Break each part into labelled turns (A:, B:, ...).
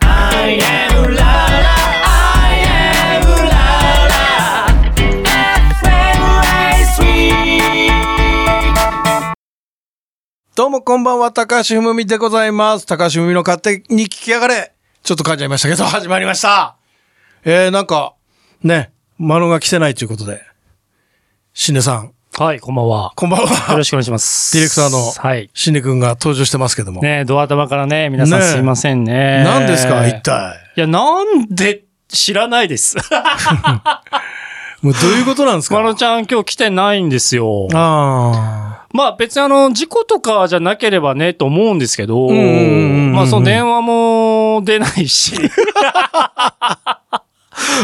A: I am la la, I am la la. FM
B: どうもこんばんは、高橋文美でございます。高橋文美の勝手に聞きやがれ。ちょっと噛んじゃいましたけど、始まりました。えー、なんか、ね、マロが来てないということで、シネさん、
C: はい、こんばんは。
B: こんばん
C: よろ
B: は。
C: しくお願いします。
B: ディレクターの
C: はい。
B: シネ君が登場してますけども。
C: ねえ、ドア頭からね、皆さん
B: ねえ
C: すいませんね。
B: 何ですか、一体。
C: いや、なんで知らないです。
B: もうどういうことなんですか
C: まろちゃん今日来てないんですよ。
B: あ
C: まあ別にあの、事故とかじゃなければね、と思うんですけど、
B: んうんうんうん
C: まあその電話も出ない し、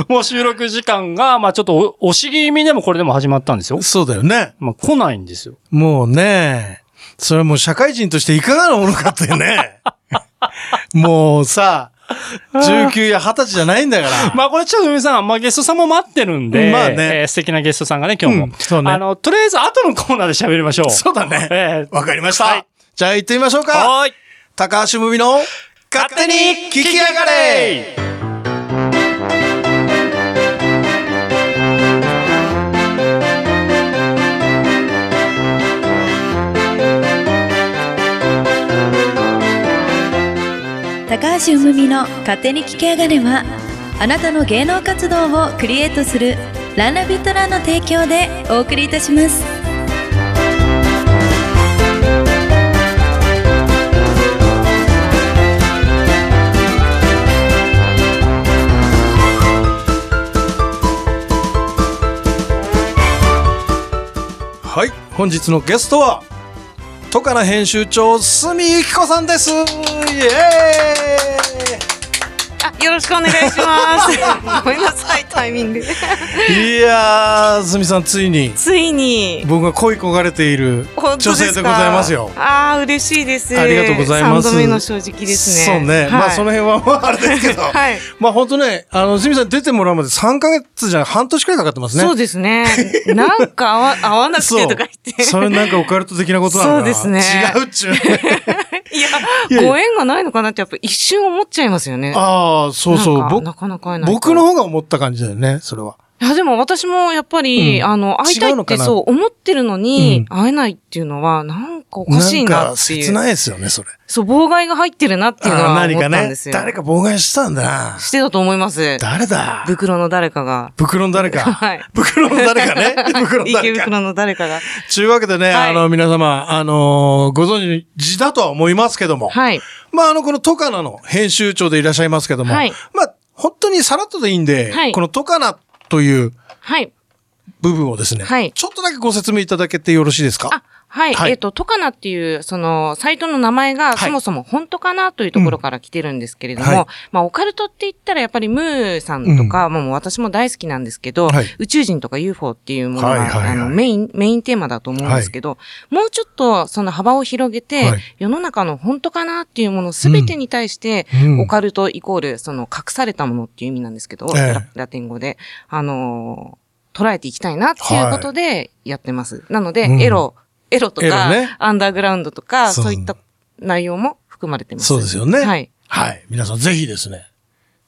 C: もう収録時間が、まあちょっとお押し気味でもこれでも始まったんですよ
B: あ。。そうだよね。
C: まあ来ないんですよ。
B: もうね、それはもう社会人としていかがなものかって ね。もうさ、19や20歳じゃないんだ から。
C: まあこれちょっと皆さん、まあゲストさんも待ってるんで、
B: まあね
C: えー素敵なゲストさんがね、今日も。
B: うんそうね
C: あの、とりあえず後のコーナーで喋りましょ う。
B: そうだね。
C: えー
B: わかりました。
C: はい
B: じゃあ行ってみましょうか。
C: はーい。
B: 高橋文美の勝手に聞きやがれ
D: 高橋うむみの勝手に聞きやがれはあなたの芸能活動をクリエイトするランナビットランの提供でお送りいたします
B: はい、本日のゲストは、トカラ編集長、角由紀子さんですイエ
E: あよろしくお願いします。 ごめんなさい、タイミング。
B: ーイいやー、すみさんついに、
E: ついに、
B: 僕が恋焦がれている
E: 本当
B: 女性
E: すか
B: でございますよ。
E: ああ、嬉しいです。
B: ありがとうございます
E: 三度目の正直ですね。
B: そうね。
E: はい
B: まあ、その辺は、まあ、あれですけど。
E: はい。
B: まあ、本当ね、あの、すみさん出てもらうまで3ヶ月じゃ半年くらいかかってますね。
E: そうですね。なんか合わ合わなくてとか言って。
B: そうそれなんかオカルト的なことなのかな
E: そうですね
B: 違うっちゅうね。
E: いや、ご縁がないのかなってやっぱ一瞬思っちゃいますよね。
B: ああ、そうそう。
E: なんか
B: 僕
E: なかなか会えない
B: 僕の方が思った感じだよね、それは。
E: いや、でも私もやっぱり、
B: うん
E: あの、会いた
B: 違
E: いう
B: の
E: っ
B: か
E: て
B: な
E: そう思ってるのに、
B: う
E: 会えないっていうのは、なんかおかしいな
B: なんか
E: ってい
B: 切
E: う。
B: ないですよね、それ。
E: そう、妨害が入ってるなっていうの
B: ああ
E: は
B: 何
E: 思
B: か
E: ったん
B: ね
E: です、よ。
B: 誰か妨害したんだな。
E: してたと思います。
B: 誰だ
E: 袋の誰かが。
B: 袋の誰か。
E: はい。
B: 袋の誰かね。 袋の
E: 池
B: 誰か。
E: 袋の誰かが。
B: ちゅうわけでね、
E: はい
B: あの、皆様、あのーご存知だとは思いますけども。
E: はい。
B: まあ、あの、このトカナの編集長でいらっしゃいますけども、
E: はい
B: まあ、本当にさらっとでいいんで、
E: はい
B: このトカナという
E: はい。
B: 部分をですね、
E: はい
B: ちょっとだけご説明いただけてよろしいですか
E: あ、はい。
B: はい
E: えっ、と、トカナっていう、その、サイトの名前が、
B: はい
E: そもそも本当かなというところから来てるんですけれども、
B: うんはい
E: まあ、オカルトって言ったら、やっぱりムーさんとか、もう私も大好きなんですけど、
B: はい
E: 宇宙人とか UFO っていうものが、
B: はいはいはい
E: あの、メイン、メインテーマだと思うんですけど、もうちょっと、その幅を広げて、
B: はい
E: 世の中の本当かなっていうものすべてに対して、
B: うん
E: オカルトイコール、その、隠されたものっていう意味なんですけど、
B: ええ
E: ララテン語で、あのー捉えていきたいなっていうことでやってます。なので、
B: うん
E: エロ、エロと
B: エ
E: か、
B: ロね
E: アンダーグラウンドとか、
B: そ
E: そうういった内容も含まれてます。
B: そうですよね。
E: はい。。
B: はい。皆さんぜひですね、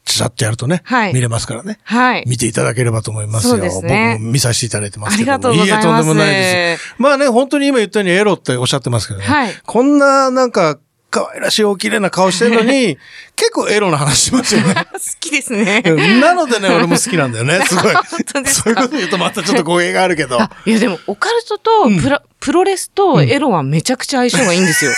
B: ちらっとやるとね、
E: はい
B: 見れますからね。
E: はい。
B: 見ていただければと思いますよ。
E: そうですね
B: 僕も見させていただいてます
E: あ
B: け
E: り
B: ども。
E: がとうございます。
B: えとんでもないです。まあね、本当に今言ったようにエロっておっしゃってますけどね。
E: はい
B: こんななんか、可愛らしいお綺麗な顔してるの に、結構エロな話しますよね。
E: 好きですね。
B: なのでね、俺も好きなんだよ ね。すごい。
E: 当です
B: そ
E: か
B: ういうこと言うとまたちょっと語弊があるけど。
E: あいやでも、オカルトとプロ,、プロレスとエロはめちゃくちゃ相性がいいんで すよ。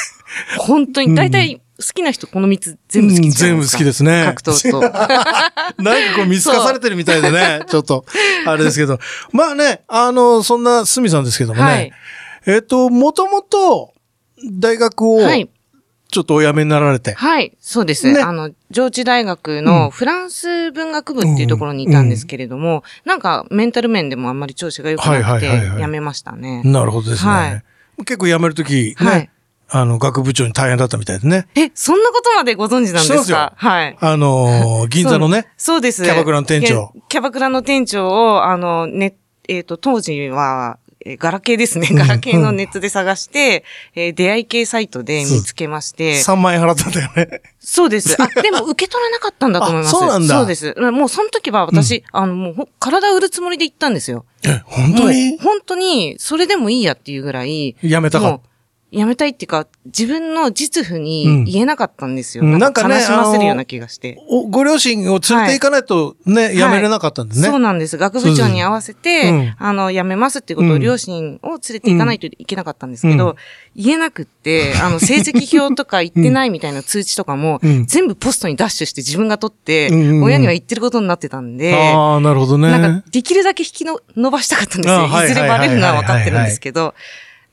E: 本当に。大体、好きな人この3つ全部好きじゃな
B: う
E: い
B: ん全部好きですね
E: 格闘と。
B: なんかこう見透かされてるみたいでね、ちょっと、あれですけど。まあね、あの、そんなすみさんですけどもね。
E: はい
B: えっ、と、もともと、大学を、
E: はい。
B: ちょっとお辞めになられて。
E: はい、そうです。
B: ね
E: あの、上智大学
B: うん
E: のフランス文学部っていうところにいたんですけれども、なんかメンタル面でもあんまり調子が良くな
B: は
E: く
B: い
E: て
B: はいはいはい、
E: 辞めましたね。
B: なるほどですね。
E: はい
B: 結構辞めるとき、ね、
E: はい
B: あの、学部長に大変だったみたいですね。
E: え、そんなことまでご存知なん
B: そう
E: で
B: です
E: す
B: よ
E: かはい。
B: あ のー銀座のね、
E: そうです。
B: キャバクラの店長
E: キャ。キャバクラの店長を、あの、ね、えっ、と、当時は、えーガラケーですね。ガラケーのネットで探して、えー出会い系サイトで見つけまして。
B: 3万円払ったんだよね。
E: そうです。あ、でも受け取らなかったんだと思います。
B: あそうなんだ
E: そうです。もうその時は私、あの、もうほ体売るつもりで行ったんですよ。
B: え、本当
E: もう
B: に
E: 本当に、それでもいいやっていうぐらい。
B: やめたか
E: もうやめたいっていうか、自分の実父
B: うん
E: に言えなかったんですよ。
B: うん
E: なんか
B: なんか
E: 悲し
B: ね
E: ませるような気がして。
B: おご両親を連れて行かないとね、やめれなかったんですね。
E: そうなんです。学部長に合わせて、
B: そうです
E: あの、辞めますってこと
B: う
E: を
B: ん
E: 両親を連れて行かないといけなかったんですけど、
B: うん
E: 言えなくって、あの、成績表とか行ってないみたいな通知とかも、
B: うん
E: 全部ポストにダッシュして自分が取って、
B: うんうんうん
E: 親には言ってることになってたんで、
B: ああ、なるほどね。
E: なんか、できるだけ引きの伸ばしたかったんです
B: あ
E: よ。
B: はい
E: いずれバレるのは分かってるんですけど、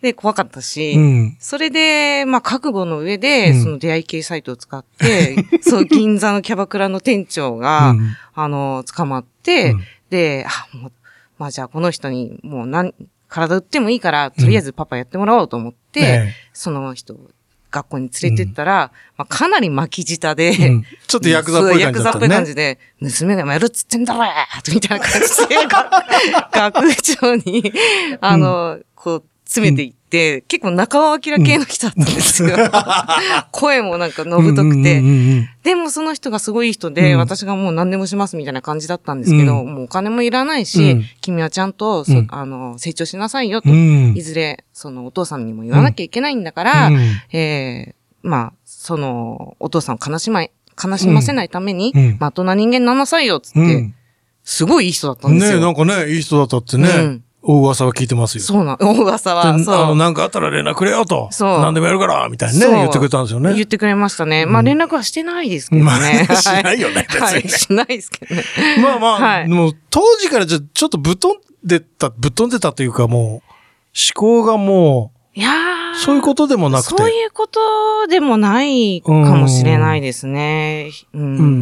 E: で、怖かったし、
B: うん。
E: それで、まあ、覚悟の上で、
B: うん
E: その出会い系サイトを使 って、そう、銀座のキャバクラの店長が、
B: うん
E: あの、捕まって、
B: うん
E: で、あ、もう、まあ、じゃあこの人に、もう、なん、体売ってもいいから、とりあえずパパやってもらおうと思って、
B: え
E: その人、学校に連れてったら、まあ、かなり巻き舌で、
B: えうんちょっとヤクザっぽい感じだった
E: そうヤクザっぽい感
B: ね
E: じ。で、娘がやるっつってんだろみたいな感じで、 学部長に、あの、こう、詰めていって、結構中尾明系の人だったんですよ。 声もなんかのぶとくて。
B: うんうんうんうん
E: でもその人がすごいいい人で、
B: うん
E: 私がもう何でもしますみたいな感じだったんですけど、
B: う
E: もうお金もいらないし、
B: うん
E: 君はちゃんとそ、
B: うん
E: あの、成長しなさいよと、
B: うん
E: いずれ、そのお父さんにも言わなきゃいけないんだから、
B: うん
E: ええまあ、その、お父さんを悲しまい、悲しませないために、
B: うん
E: まとな人間にならなさいよ、つって、
B: うん
E: すごいいい人だったんで
B: ね
E: す
B: え、
E: よ。
B: なんかね、いい人だったってね、
E: うん
B: 大噂は聞いてますよ。
E: そうなん、 大噂
B: であ
E: は、そ
B: の、
E: う。
B: なんかあったら連絡くれよと。
E: そう
B: 何でもやるから、みたいな
E: そう
B: ね、言ってくれたんですよね。
E: 言ってくれましたね。まあ、連絡はしてないですけどね。
B: まあね
E: は
B: しないよね別にね
E: はい、しないですけどね。
B: まあまあ、
E: はい
B: でも当時からじゃちょっとぶっ飛んでた、ぶっ飛んでたというかもう、思考がも
E: いやー
B: う、そういうことでもなくて。
E: そういうことでもないかもしれないですね。うん
B: うん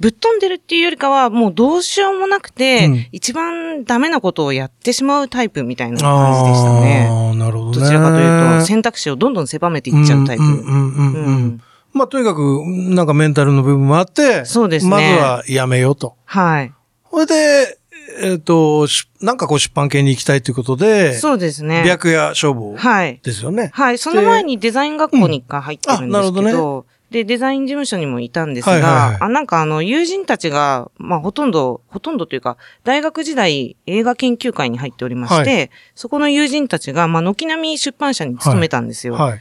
E: ぶっ飛んでるっていうよりかは、もうどうしようもなくて、
B: うん
E: 一番ダメなことをやってしまうタイプみたいな感じでしたね。
B: ああ、なるほどね。
E: どちらかというと、選択肢をどんどん狭めていっちゃうタイプ。
B: うんうんうんうんうん
E: うん
B: まあとにかく、なんかメンタルの部分もあって、
E: そうですね
B: まずはやめようと。
E: はい。
B: それで、えっ、と、しなんかこう出版系に行きたいということで、
E: そうですね。
B: 白夜消防
E: はい。
B: ですよね。
E: はい。その前にデザイン学校に一回入ってるんですけど、
B: うんあなる
E: で、デザイン事務所にもいたんですが、
B: はいはいはい
E: あなんかあの、友人たちが、まあ、ほとんど、ほとんどというか、大学時代映画研究会に入っておりまして、そこの友人たちが、まあ、軒並み出版社に勤めたんですよ。
B: はい。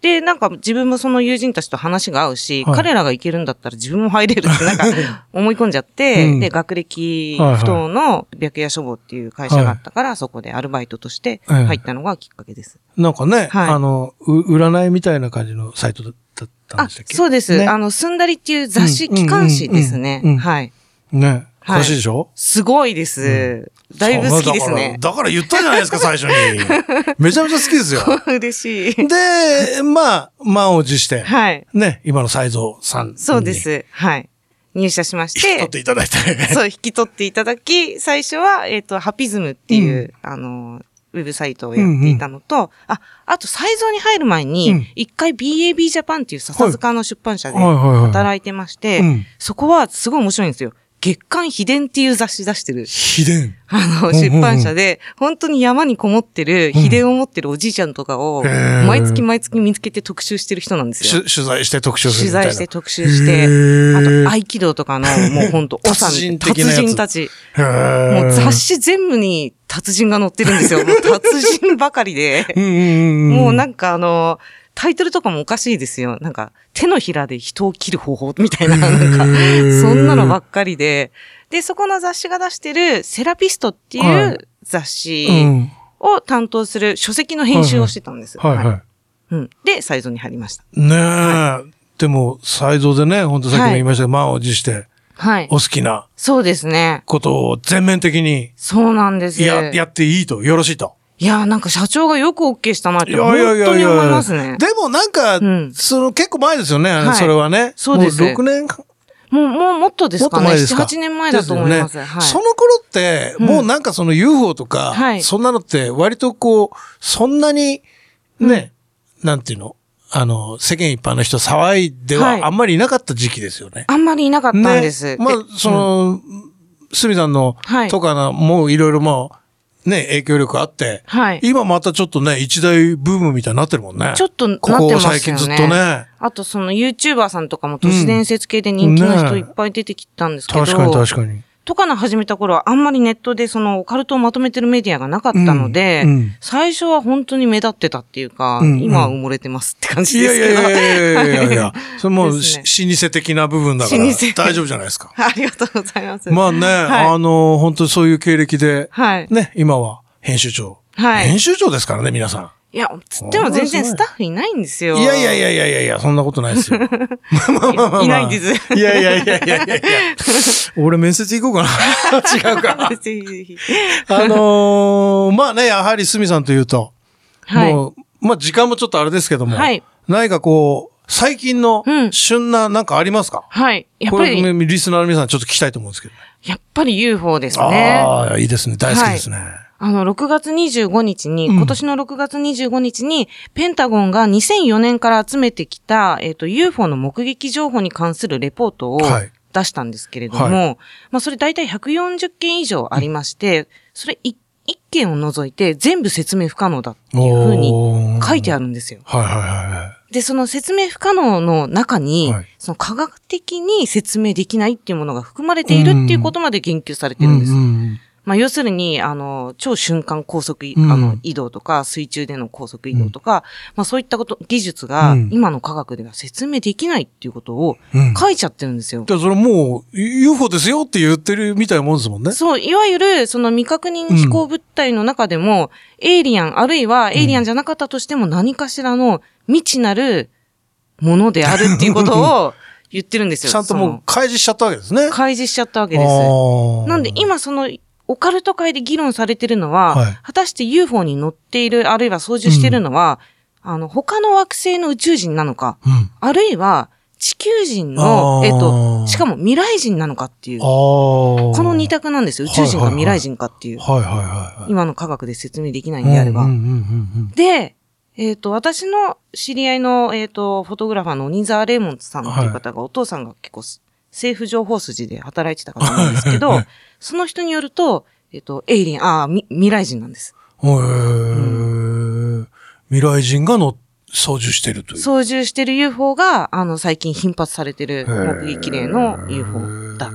E: で、なんか自分もその友人たちと話が合うし、
B: はい
E: 彼らが行けるんだったら自分も入れる ってなんか思い込んじゃって、
B: うん
E: で、学歴
B: はいはい
E: 不当の白夜処方っていう会社があったから、そこでアルバイトとして入ったのがきっかけです。
B: なんかね、
E: はい
B: あの、う占いみたいな感じのサイトだったん
E: あ、
B: でしたっけ
E: そうです。
B: ね
E: あの、すんだりっていう雑誌、機関誌です
B: うんうんうん
E: ね。はい。
B: ね。
E: は
B: 詳
E: い
B: しいでしょ
E: すごいです。だいぶ好きですね。
B: だからだから言ったじゃないですか、最初に。 めちゃめちゃ好きですよ。
E: 嬉しい。
B: で、まあ、満を持して、
E: はい。
B: ね、今の才蔵さんに。
E: そうで。す。はい。入社しまし
B: 取
E: て
B: っ、ていただい て。
E: そう、引き取っていただき、最初は、えっ、と、ハピズムっていう、あの、ウェブサイトをやっていたのと、あ、あと、サイゾーに入る前
B: う
E: に
B: ん、
E: 一、回 BAB ジャパンっていう笹塚の出版社で
B: はいはいはいはい
E: 働いてまして、
B: うん
E: そこはすごい面白いんですよ。月刊秘伝っていう雑誌出してる、
B: 秘伝。
E: あ
B: う
E: の、
B: んうん
E: 出版社で、本当に山にこもってる、秘伝を持ってるおじいちゃんとかを
B: へー、
E: 毎月毎月見つけて特集してる人なんですよ。
B: しゅ取材して特集する
E: 取
B: みたいな。
E: 材して特集して
B: へー、
E: あと合気道とかのもうほんと、おさん
B: 達人的
E: 達
B: なやつ
E: 人たち。
B: へー
E: もう雑。誌全部に達人が載ってるんです よ。もう達人ばかり
B: う
E: で。
B: んうんうん。
E: もうなんかあの、タイトルとかもおかしいですよ。なんか、手のひらで人を切る方法みたいな、なんか、そんなのばっかりで。で、そこの雑誌が出してる、セラピストってい
B: はいう
E: 雑誌
B: うん。
E: を担当する書籍の編集をしてたんです。
B: はいはい。
E: うん。で、サイズに入りました。
B: ねえ、でも、才蔵でね、本当さっきも言いましたけど、満を持して、
E: はい
B: お。好きな
E: そうですね。
B: ことを全面的に
E: そうなんです
B: や、や
E: い
B: っていいと、よろしいと。
E: や、なんか社長がよく OK したなって、本当に思いますね。
B: でもなんか、
E: うん
B: その結構前ですよね、
E: はい
B: それはね。
E: そうです
B: もう6年か
E: もう、もう、もっとで
B: も
E: す
B: っと
E: かね。
B: 前です
E: 7、
B: か。
E: 8年前だと思います。
B: ですよね
E: はい。
B: その頃って、
E: うん
B: もうなんかその UFO とか、
E: はい
B: そんなのって割とこう、そんなに、ね、なんていうのあの、世間一般の人騒いで
E: はい
B: はあんまりいなかった時期ですよね。
E: あんまりいなかったんで
B: ね、
E: す。
B: まあ
E: で、
B: その、すみさんの
E: はい
B: とかな、もういろいろもう、ね、影響力あって、
E: はい
B: 今またちょっとね、一大ブームみたいになってるもんね。
E: ちょっとなって
B: こ
E: ますよね。
B: こ最近ずっとね。
E: あとその YouTuber さんとかも都市伝説系で人気
B: う
E: な
B: ん
E: 人
B: ね
E: いっぱい出てきたんですけど、
B: 確かに確かに。
E: とかの始めた頃はあんまりネットでそのオカルトをまとめてるメディアがなかったので、
B: うんうん
E: 最初は本当に目立ってたっていうか、
B: うんうん
E: 今は埋もれてますって感じ
B: い
E: で
B: や
E: す
B: い
E: け
B: やい
E: ど。
B: やいやいやいや いやそれもう
E: ですね
B: し老舗的な部分だから
E: 老舗
B: 大丈夫じゃないですか。
E: ありがとうございます。
B: まあね、
E: はい
B: あの、本当にそういう経歴で、
E: はい。
B: ね、今は編集長。
E: はい
B: 編集長ですからね、皆さ
E: いや、つっても全然スタッフいないんです
B: ん。
E: よ。
B: いやいやいやいやいやいや、そんなことない ですよ。まあまあまあ
E: いないんです。
B: いやいやいやいやいやいや。俺面接行こうか な。違うか。
E: ぜひぜひ。
B: あのーまあね、やはりすみさんというと、
E: はい。
B: もう、まあ時間もちょっとあれですけども、
E: はい
B: 何かこう、最近の
E: うん
B: 旬ななんかありますか、
E: はい。やっ
B: こ
E: ぱ
B: れ、
E: り、
B: リスナーの皆さんちょっと聞きたいと思うんですけど。
E: やっぱり UFO ですね。
B: ああ、いいですね。大好きですね。
E: あの、6月25日に、今年の6月25日に、ペンタゴンが2004年から集めてきた、えっ、と、UFO の目撃情報に関するレポートを
B: はい
E: 出したんですけれども、
B: は
E: まあ、それ大体140件以上ありまして、それ 1, 件を除いて全部説明不可能だっていうふうに書いてあるんですよ。
B: はいはいはいはい。
E: で、その説明不可能の中に、
B: はい
E: その科学的に説明できないっていうものが含まれているっていうことまで言及されてるんです。
B: うん
E: まあ、要するに、あの、超瞬間高速い、
B: うん
E: あの、移動とか、水中での高速移動とか、まあ、そういったこと、技術が
B: うん、
E: 今の科学では説明できないっていうことを
B: うんうんだか
E: 書いちゃってるんですよ。
B: らそれもう UFO ですよって言ってるみたいなもんですもんね。
E: そう、いわゆる、その未確認飛行物体の中でも、エイリアン、あるいはエイリアンじゃなかったとしても何かしらの未知なるものであるっていうことを言ってるんです よ。
B: ちゃんともう
E: そ
B: 開示しちゃったわけですね。
E: の開示しちゃったわけです。
B: 示
E: なんで今その、オカルト界で議論されてるのは、
B: はい
E: 果たして UFO に乗っている、あるいは操縦してるのは、あの、他の惑星の宇宙人なのか、
B: うん、
E: あるいは地球人
B: あ
E: の、
B: ー
E: えっと、しかも未来人なのかっていう、こ
B: こ
E: の二択なんですよ。宇宙人か未来人かっていう、
B: はいはいはいはい。
E: 今の科学で説明できないんであれば。
B: うんうんうんうん
E: で、えっ、と、私の知り合いの、えっ、と、フォトグラファーの鬼沢レイモンさんっていう方が、お父さんが結構す、政府情報筋で働いてた方なんですけ
B: はい
E: ど
B: はい、
E: その人によると、えっ、と、エイリン、ああ、み未来人なんです。
B: うん。へえ。未来人がの操縦してるという。
E: 操縦してる UFO が、あの、最近頻発されてる
B: へー
E: 目撃例の UFO
B: へ。
E: だ
B: ー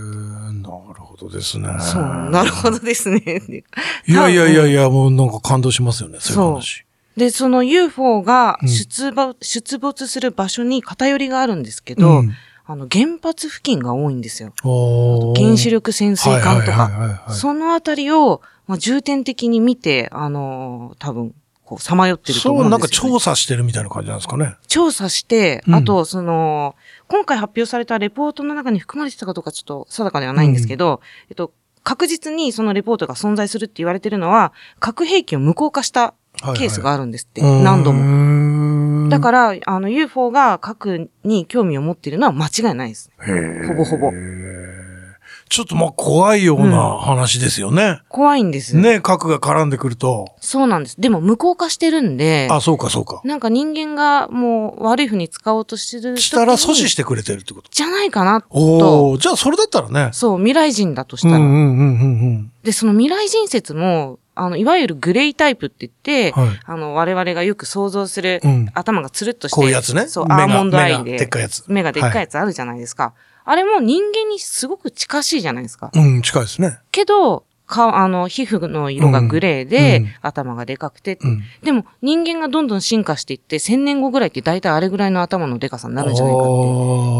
B: なるほどですね。
E: そう、なるほどですね。っていう
B: いやいやいやいや、もうなんか感動しますよね、そういう話。
E: で、その UFO が
B: うん
E: 出没、出没する場所に偏りがあるんですけど、
B: うん
E: あの、原発付近が多いんですよ。
B: おー
E: 原子力潜水艦
B: はい
E: と
B: はいはいはい
E: か
B: は、い
E: そのあたりを、まあ、重点的に見て、あのー多分、こう、さまよってると思
B: そうう、
E: ん
B: なん
E: で
B: か
E: すよ、ね。
B: 調査してるみたいな感じなんですかね。
E: 調査して、
B: うん
E: あと、その、今回発表されたレポートの中に含まれてたかどうかちょっと定かではないんですけど、えっと、確実にそのレポートが存在するって言われてるのは、核兵器を無効化したケースがあるんですって、何度も。
B: も
E: だから、あの、UFO が核に興味を持っているのは間違いないです。
B: ら、へー
E: ほぼほぼ。
B: ちょっとまあ怖いような話ですよね。
E: 怖いんです。
B: ね、核が絡んでくると。
E: そうなんです。でも、無効化してるんで、
B: あ、そうかそうか。
E: なんか人間がもう悪い風に使おうとしてる時に。
B: したら阻止してくれてるってこと。
E: じゃないかなと。
B: おおじゃあそれだったらね。
E: そう、未来人だとし
B: うん
E: た
B: う
E: ら。
B: んうんうん
E: で、その未来人説も、あの、いわゆるグレイタイプって言って、
B: はい
E: あの、我々がよく想像する、
B: うん
E: 頭がつるっとして、
B: こういうやつね
E: そう、
B: 目が
E: アーモンドアイ
B: 目
E: で、
B: がでっかいやつ
E: 目がでっかいやつあるじゃないですか。あれも人間にすごく近しいじゃないですか。
B: うん。うん、近いですね。
E: けど、か、あの、皮膚の色がグレーで、
B: うんうん
E: 頭がでかくて、
B: うん。
E: でも人間がどんどん進化していって、1000年後ぐらいって大体あれぐらいの頭のでかさになるんじゃないかって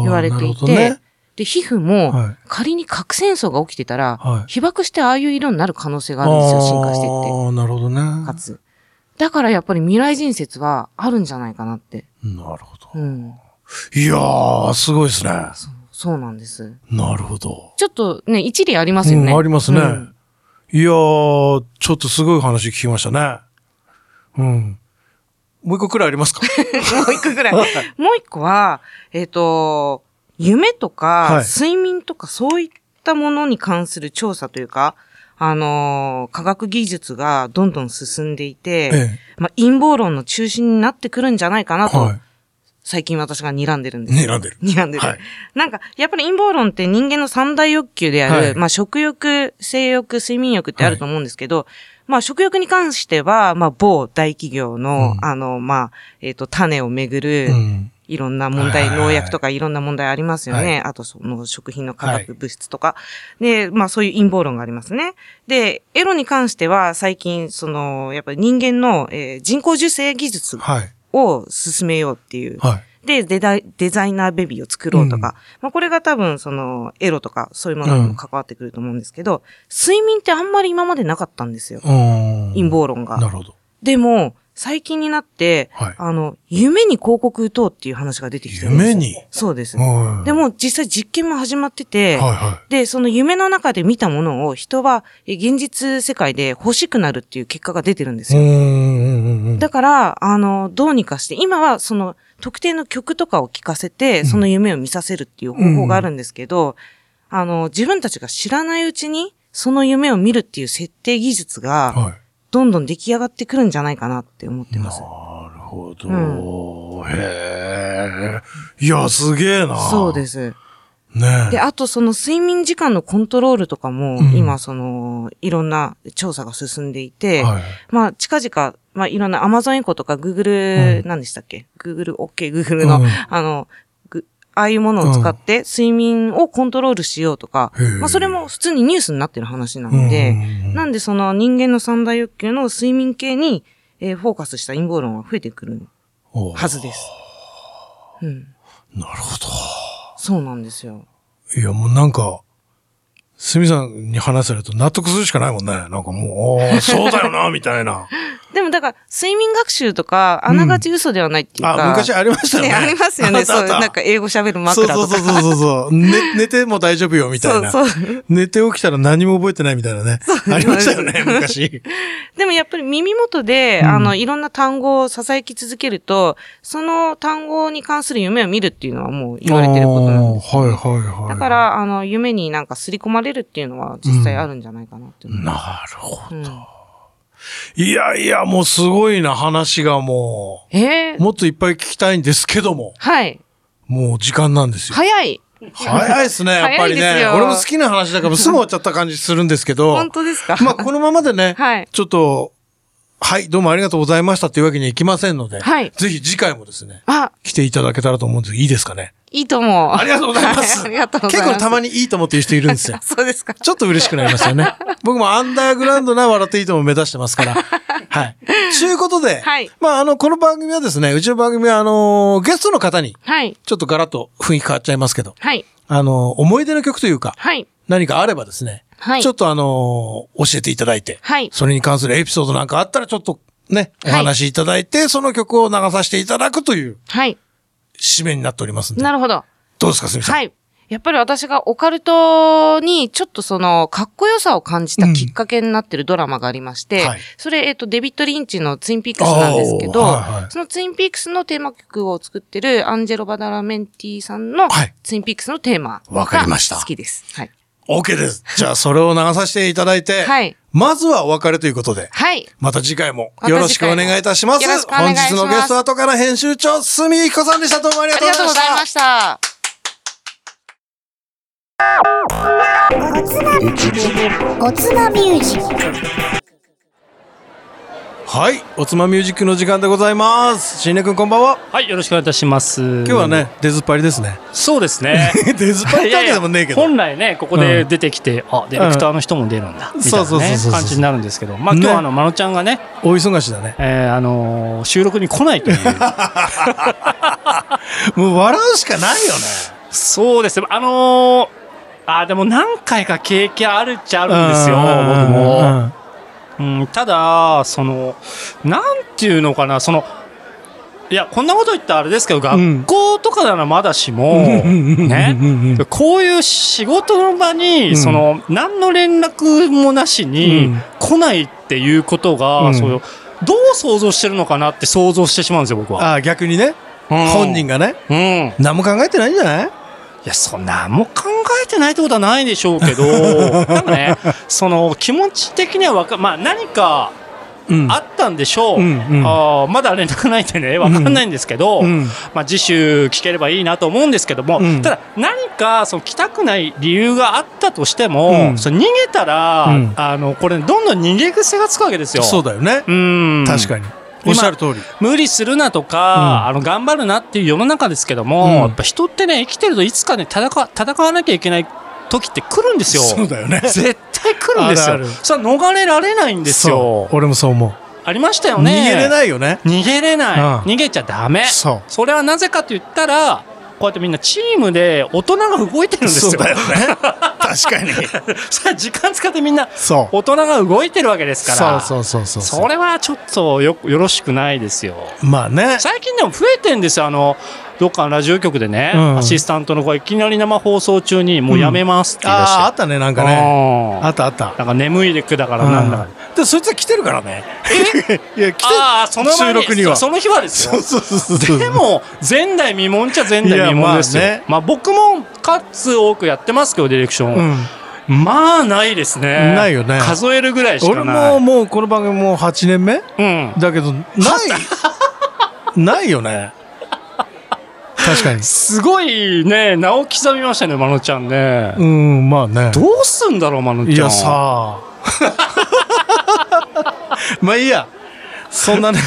E: 言われて
B: あー
E: いて、
B: なるほどね
E: で、皮膚も
B: はい。
E: 仮に核戦争が起きてたら、
B: はい
E: 被爆してああいう色になる可能性があるんですよ、進化していって。
B: ああ、なるほどね。な
E: かつ。だからやっぱり未来人説はあるんじゃないかなって。
B: るほど。
E: うん。
B: いやー、すごいですね。
E: そうそうなんです。
B: なるほど。
E: ちょっとね、一理ありますよね。
B: うん、ありますね。
E: うん
B: いやー、ちょっとすごい話聞きましたね。うん。もう一個くらいあります か
E: もう一個ぐらい。もう一個は、えっ、と、夢とか、
B: はい
E: 睡眠とか、そういったものに関する調査というか、あのー科学技術がどんどん進んでいて、
B: え
E: まあ、陰謀論の中心になってくるんじゃないか
B: え。
E: なと、
B: は
E: 最近私が睨んでるん
B: い。
E: です。
B: ね、選んでる。
E: 睨んでる。
B: はい
E: なんか、やっぱり陰謀論って人間の三大欲求である、
B: はい
E: まあ食欲、性欲、睡眠欲ってあると思うんですけど、まあ、食欲に関しては、まあ、某大企業の、あの、まあ、えっ、と、種をめぐる、
B: うん
E: いろんな問題、農薬とかいろんな問題ありますよね。
B: は
E: あと、その食品の化
B: はい
E: 学物質とか。で、まあそういう陰謀論がありますね。で、エロに関しては最近、その、やっぱり人間の、えー人工授精技術
B: はい。
E: を進めようっていう。
B: はい。
E: でデザイ、デザイナーベビーを作ろうとか。まあこれが多分、その、エロとかそういうものにも関わってくると思うんですけど、睡眠ってあんまり今までなかったんですよ。
B: うん
E: 陰謀論が
B: な。るほど。
E: でも、最近になって、
B: はい
E: あの、夢に広告打とうっていう話が出てきてるんですよ
B: 夢に
E: そうです。
B: はい
E: で、も実際実験も始まってて、
B: はいは
E: で、その夢の中で見たものを人はえ現実世界で欲しくなるっていう結果が出てるんです
B: い。う
E: よ。
B: んうんうんうん。
E: だから、あの、どうにかして、今はその特定の曲とかを聴かせて、その夢を見させるっていう方法があるんですけど、あの、自分たちが知らないうちに、その夢を見るっていう設定技術が、
B: はい。
E: どんどん出来上がってくるんじゃないかなって思ってます。
B: なるほど。へえ。いや、すげえな。
E: そうで。す。
B: ね
E: で、あとその睡眠時間のコントロールとかも、
B: うん
E: 今その、いろんな調査が進んでいて、
B: はい。
E: まあ近々、まあいろんな Amazon エコとか
B: う
E: Google、
B: ん
E: 何でしたっけ ?Google、OK、Google の、
B: うん
E: あの、ぐああいうものを使って睡眠をコントロールしようとか、
B: へー
E: まあそれも普通にニュースになってる話なんで、
B: うん
E: なんでその人間の三大欲求の睡眠系に、えーフォーカスした陰謀論は増えてくる
B: おう
E: はずです。うん。
B: なるほ
E: そうなんですよ。
B: ど。いや、もうなんか、すみさんに話されると納得するしかないもんね。なんかもう、あーそうだよな、みたいな。
E: でもだから、睡眠学習とか、あながち嘘で はないっていうか。
B: あ、昔ありましたよね。
E: ねありますよね。そう、
B: あったあった
E: なんか英語喋る枕とか。
B: そうそうそうそうそう。ね、寝ても大丈夫よ、みたいな。
E: そうそう
B: 寝て起きたら何も覚えてないみたいなね。ありましたよね、昔。
E: でもやっぱり耳元で、あの、いろんな単語を囁き続けると、その単語に関する夢を見るっていうのはもう言われてることなんです。
B: あーはいはいはい。
E: だか、ら、あの、夢になんか刷り込まれるっていうのは実際あるんじゃないかなって思う。
B: なるほど。
E: うん
B: いやいや、もうすごいな、話がも
E: え
B: う。
E: ー、
B: もっといっぱい聞きたいんですけども、
E: はい。
B: もう時間なんですよ。
E: 早い。
B: 早いですね、やっぱり
E: 早いです
B: ね。
E: よ
B: 俺も好きな話だからすぐ終わっちゃった感じするんですけど。
E: 本当ですか、
B: まあ、このままでね、
E: はい
B: ちょっと、はい、どうもありがとうございましたっていうわけにはいきませんので、
E: はい
B: ぜひ次回もですね、
E: あ、
B: 来ていただけたらと思うんですけど、いいですかね。
E: いいと思う。
B: ありがとうございます。
E: はありがとうございます。。
B: 結構たまにいいと思ってる人いるんですよ
E: そうですか。
B: ちょっと嬉しくなりますよ ね。僕もアンダーグラウンドな笑っていいとも目指してますから。はい。ということで、
E: はい
B: まあ、あの、この番組はですね、うちの番組は、あのーゲストの方に、
E: はい。
B: ちょっとガラッと雰囲気変わっちゃいますけど、
E: はい。
B: あのー思い出の曲というか、
E: はい。
B: 何かあればですね、
E: はい
B: ちょっとあのー教えていただいて、
E: はい
B: それに関するエピソードなんかあったらちょっとね、お
E: はい
B: 話しいただいて、その曲を流させていただくという
E: はい。
B: 締めになっておりますんで。
E: なるほど。
B: どうですか、すみさん。
E: はい。やっぱり私がオカルトにちょっとそのかっこよさを感じたきっかけになってるドラマがありまして、
B: うんはい
E: それ、えっ、と、デビッド・リンチのツインピークスなんですけど、
B: おーはいはい
E: そのツインピークスのテーマ曲を作ってるアンジェロ・バダラメンティさんの
B: はい
E: ツインピークスのテーマ
B: わ
E: が
B: かりました
E: 好きです。はい。
B: OK です。じゃあ、それを流させていただいて、
E: はい
B: まずはお別れということで、
E: はい。
B: また次回も
E: また次回
B: よ
E: も
B: ろしくお願いいたします。
E: よろしくお願いします
B: 本日のゲストは後から編集長、すみひこさんでした。どうもありが
E: あ
B: とう
E: り
B: ご
E: が
B: ざ
E: と
B: いうま
E: ご
B: した
E: ざい。ました。
F: おつまミュージック
B: はい。おつまみミュージックの時間でございます。しんねくんこんばんは。
C: はい、よろしくお願いいたします。今
B: 今日はね、、出ずっぱりですね。
C: そうです ね。
B: 出ずっぱりだけでもねえけど。
C: 本来ね、ここで出てきて、あ、ディレクターの人も出るんだ、みたい
B: そうそうそ
C: な
B: う
C: ね
B: そう
C: 感じになるんですけど、まあ
B: ね
C: 今日はあの、まのちゃんがね、
B: お忙しだね。
C: えーあのー収録に来ないという。
B: もう笑うしかないよね。
C: そうですね、あのーあーでも何回か経験あるっちゃあるんですよ、僕も。うん、ただ、その、なんていうのかな、その、いや、こんなこと言ったらあれですけど、
B: ん
C: 学校とかならまだしも、
B: うんうんう
C: ね
B: ん、
C: こういう仕事の場に、
B: ん
C: その、何の連絡もなし
B: う
C: に
B: ん
C: 来ないっていうことが、
B: うん
C: そのどう想像してるのかなって想像してしまうんですよ、僕は。
B: ああ、逆にね。本人
C: が。
B: がね、
C: うん。い
B: 何も考えてないんじゃない
C: や、そんな、もう考えてないってことはな いでしょうけど、なんかね、その、気持ち的にはわか、まあ、何か、
B: うん
C: あったんでしょう、
B: うんうん
C: あーまだ連絡ないんでね、わかんないんですけど、
B: うん
C: まあ、次週聞ければいいなと思うんですけども、
B: うん
C: ただ、何かその来たくない理由があったとしても、
B: うん
C: その逃げたら、
B: うん
C: あのこれ、どんどん逃げ癖がつくわけですよ。
B: そうだよね。
C: うん
B: 確かに。おっしゃる通り。
C: 無理するなとか、あの頑張るなっていう世の中ですけども、
B: うん
C: やっぱ人ってね生きてるといつかね戦わ戦わなきゃいけない時って来るんですよ。
B: そうだよね。
C: 絶対来るんですよ。
B: あるある
C: それは逃れられないんですよ
B: そう。俺もそう思う。
C: ありましたよ
B: 逃
C: ね。。
B: げれないいよね。
C: 逃げれない。
B: うん
C: 逃げちゃダメ。
B: そう
C: れはなぜかと言ったら、こうやってみんなチームで大人が動いてるんですよ。
B: そうだよね。 確かに。
C: それは時間使ってみんな
B: そう
C: 大人が動いてるわけですから。
B: そうそうそうそう。
C: それはちょっとよよろしくないですよ。
B: まあね。
C: 最近でも増えてんですよ、あの、どっかのラジオ局でね、
B: うん
C: アシスタントの子がいきなり生放送中に、もうやめますって言い出して。
B: ああー、あったね、なんかね。
C: あー
B: あったあった。
C: なんか眠いでくだからなんだか、
B: うんで、そいつは来てるから ね。いや、来て
C: ああ、その前
B: 収
C: に
B: 録には。
C: そその日はですよ。
B: そうそうそうそう。
C: でも、前代未聞っちゃ前代未聞ですよ。
B: い
C: ま
B: や
C: あ
B: まあね
C: 僕も数多くやってますけど、ディレクショ
B: う
C: ン。
B: ん、
C: まあ、ないですね。
B: ないよね
C: 数えるぐらいし
B: 俺
C: かない。
B: ももうこの番組もう8年目
C: うん。
B: だけど、ない、 ないよね。確かに。
C: すごいね、名を刻みましたね、まのちゃんね。
B: うん、まあね。
C: どうすんだろう、まのちゃん。
B: いやさあ。 まあいいや。そんな ね、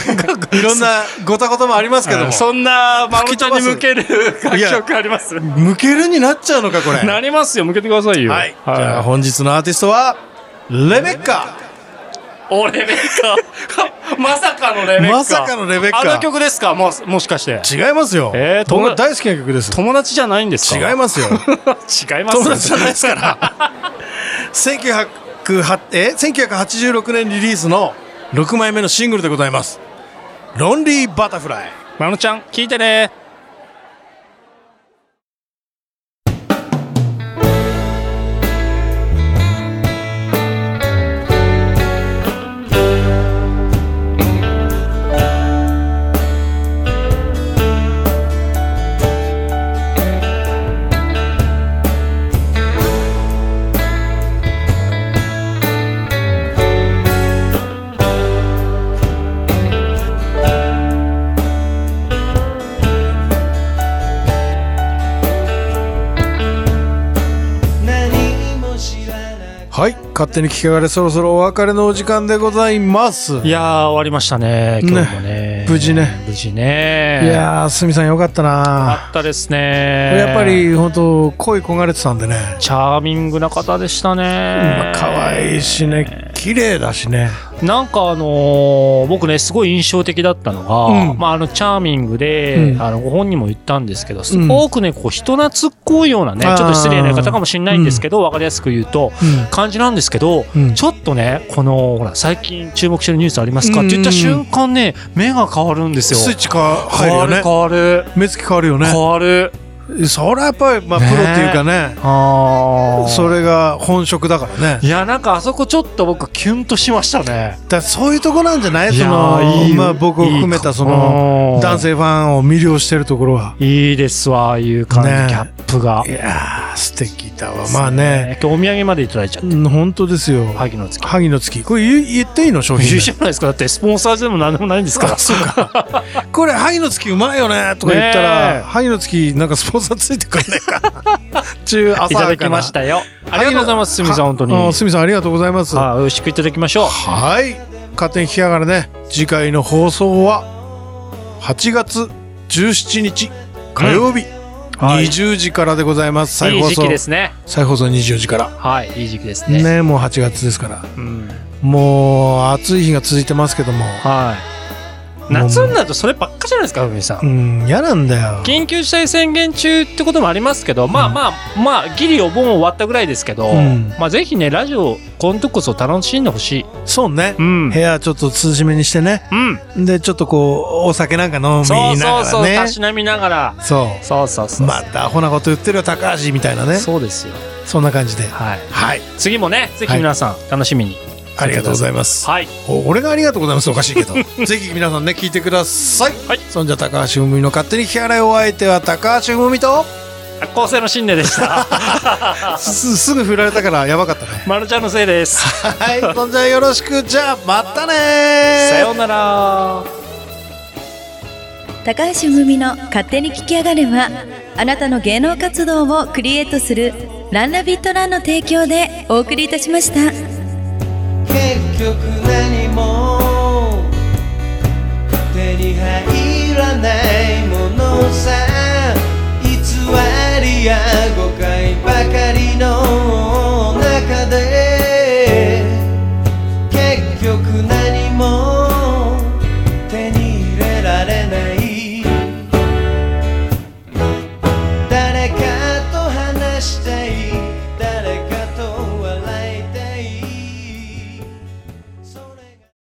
B: いろんなごたごたもありますけども。
C: そんなまのちゃんに向ける楽
B: いや
C: 曲あります
B: 向けるになっちゃうのか、これ。
C: なりますよ向けてくださいよ
B: はい。じゃあ本日のアーティストは、レベッカ。
C: おレベッカ まさかのレベッカ
B: まさかのレベッカ
C: あの曲ですかもうもしかして
B: 違いますよ。
C: えー
B: 僕が大好きな曲です。
C: 友達じゃないんですか
B: 違います よ。
C: す違います
B: 友達じゃないですから 1908え1986年リリースの6枚目のシングルでございます「ロンリーバタフライ
C: まのちゃん聞いてね
B: 「はい勝手に聞き上がれそろそろお別れのお時間でございます」
C: いやー終わりましたね今日もね
B: 無事ね
C: 無事ね
B: いやーすみさんよかった
C: あ
B: な
C: ったですね
B: やっぱり本当恋焦がれてたんでね
C: チャーミングな方でしたね
B: 可愛いしね綺麗だしね
C: なんかあのー僕ねすごい印象的だったのが、
B: うん
C: まあ、あのチャーミングで、
B: うん
C: あのご本人も言ったんですけどすごくねこう人懐っこいようなね、
B: あー
C: ちょっと失礼な言い方かもしれないんですけど、わかりやすく言うと感じなんですけど、
B: うん
C: ちょっとねこのほら最近注目してるニュースありますかって言った瞬間ね目が変わるんですよ。
B: スイッチか入
C: 変わ
B: るよ
C: る
B: ね
C: 変わる
B: 目つき変わるよね
C: 変わる。
B: それはやっぱりまあプ
C: ね
B: ロっていうかね
C: あー
B: それが本職だからね
C: いやなんかあそこちょっと僕キュンとしましたね。
B: だからそういうとこなんじゃない
C: い
B: そ
C: や
B: の
C: ーいいよ
B: まあ、僕を含めたそ
C: いい
B: の
C: か
B: 男性ファンを魅了してるところはい
C: いですわああいう感じ、
B: ね
C: ギャップが
B: い。やー素敵だわまあね
C: 今日お土産までいただいちゃっ
B: うん本当ですよ
C: た。萩の 月。
B: 萩の月これ言言っていいの商
C: 優
B: 品
C: 秀じゃないですか。だってスポンサーでも何でもないんで すから。そうか。
B: これ萩の月うまいよねとか言ったら、
C: ねえ
B: 萩の月なんかスポンサーついてくれないか な中朝
C: いただきましたよ。ありがとうございます、すみさん、本当に。はい
B: すみさんありがとうございますは
C: 美味しくいただきましょう。
B: い勝手に聞きながらね次回の放送は8月17日火曜日、
C: はい
B: 20時からでございます。再
C: いい
B: 放
C: 時
B: 送。
C: 期ですね。
B: 再放送24時から。
C: はい、いい時期ですね。
B: ねもう8月ですから。
C: うん。
B: もう暑い日が続いてますけども。
C: はい。夏になるとそればっかじゃないですか、ふみさ。
B: うんん、嫌なんだよ。
C: 緊急事態宣言中ってこともありますけど、まあまあ、まあ、ギリお盆終わったぐらいですけど、
B: うん
C: まあぜひね、ラジオ、この時こそ楽しんでほしい。
B: そうね
C: う。ん
B: 部。屋ちょっと涼しめにしてね。
C: うん。
B: で、ちょっとこう、お酒なんか飲み
C: そう
B: な
C: そうそ
B: が
C: う、
B: ら
C: た
B: ね。
C: しなみながら。
B: そう。
C: そうそうそうそう。
B: またアホなこと言ってるよ、高橋みたいなね。
C: そうですよ。
B: そんな感じで。
C: はい。
B: はい。
C: 次もね、ぜひ皆さん楽しみに。
B: ありがとうございます。
C: はい。
B: お俺がありがとうございますおかしいけどぜひ皆さんね聞いてください、
C: はい
B: そんじゃ高橋文美の勝手に聞き払いお相手は高橋文美と
C: 構成の信念で した。
B: すすぐ振られたからやばかった ね
C: まるちゃんのせいです。
B: はいそんじゃよろしくじゃあまたねー
C: さようなら。
D: 高橋文美の勝手に聞き上がれはあなたの芸能活動をクリエイトするランナビットランの提供でお送りいたしました。
A: 結局何も手に入らないものさ偽りや誤解ばかりの中で結局何も